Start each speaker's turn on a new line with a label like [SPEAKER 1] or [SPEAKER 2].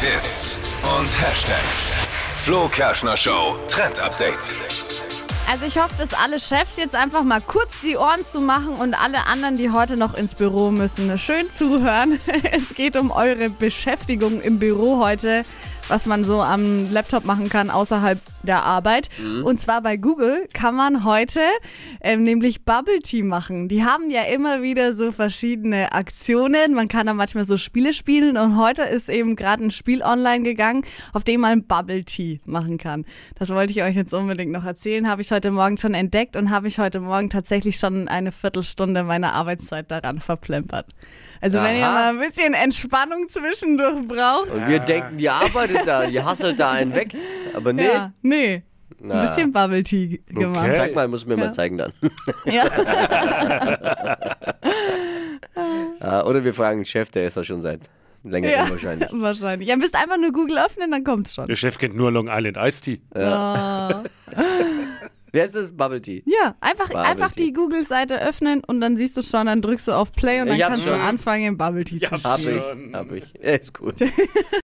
[SPEAKER 1] Hits und Hashtags. Flo Kerschner Show Trend Update.
[SPEAKER 2] Also ich hoffe, dass alle Chefs jetzt einfach mal kurz die Ohren zu machen und alle anderen, die heute noch ins Büro müssen, schön zuhören. Es geht um eure Beschäftigung im Büro heute, was man so am Laptop machen kann außerhalb der Arbeit. Und zwar bei Google kann man heute ähm, nämlich Bubble Tea machen. Die haben ja immer wieder so verschiedene Aktionen. Man kann da manchmal so Spiele spielen und heute ist eben gerade ein Spiel online gegangen, auf dem man Bubble Tea machen kann. Das wollte ich euch jetzt unbedingt noch erzählen. Habe ich heute Morgen schon entdeckt und habe ich heute Morgen tatsächlich schon eine Viertelstunde meiner Arbeitszeit daran verplempert. Also wenn ihr mal ein bisschen Entspannung zwischendurch braucht,
[SPEAKER 3] Und wir denken, die arbeitet da, die hasselt da einen weg. Aber nee.
[SPEAKER 2] ja, nee, ein
[SPEAKER 3] Na,
[SPEAKER 2] bisschen Bubble Tea gemacht.
[SPEAKER 3] Sag mal, muss mir mal zeigen dann.
[SPEAKER 2] Ja.
[SPEAKER 3] Ah, Oder wir fragen den Chef, der ist da schon seit längerem
[SPEAKER 2] Ja.
[SPEAKER 3] wahrscheinlich.
[SPEAKER 2] Wahrscheinlich. Ja, müsst einfach nur Google öffnen, dann kommt's schon. Oh.
[SPEAKER 4] Der Chef kennt nur Long Island Iced Tea.
[SPEAKER 3] Wer ist das? Bubble Tea.
[SPEAKER 2] Ja, einfach,
[SPEAKER 3] Bubble
[SPEAKER 2] einfach
[SPEAKER 3] Tea.
[SPEAKER 2] die Google-Seite öffnen und dann siehst du schon, dann drückst du auf Play und dann
[SPEAKER 3] Ich hab's
[SPEAKER 2] kannst du
[SPEAKER 3] schon.
[SPEAKER 2] anfangen, Bubble Tea zu
[SPEAKER 4] hab's
[SPEAKER 2] schreiben.
[SPEAKER 3] Hab ich, hab ich. Ja, ist gut.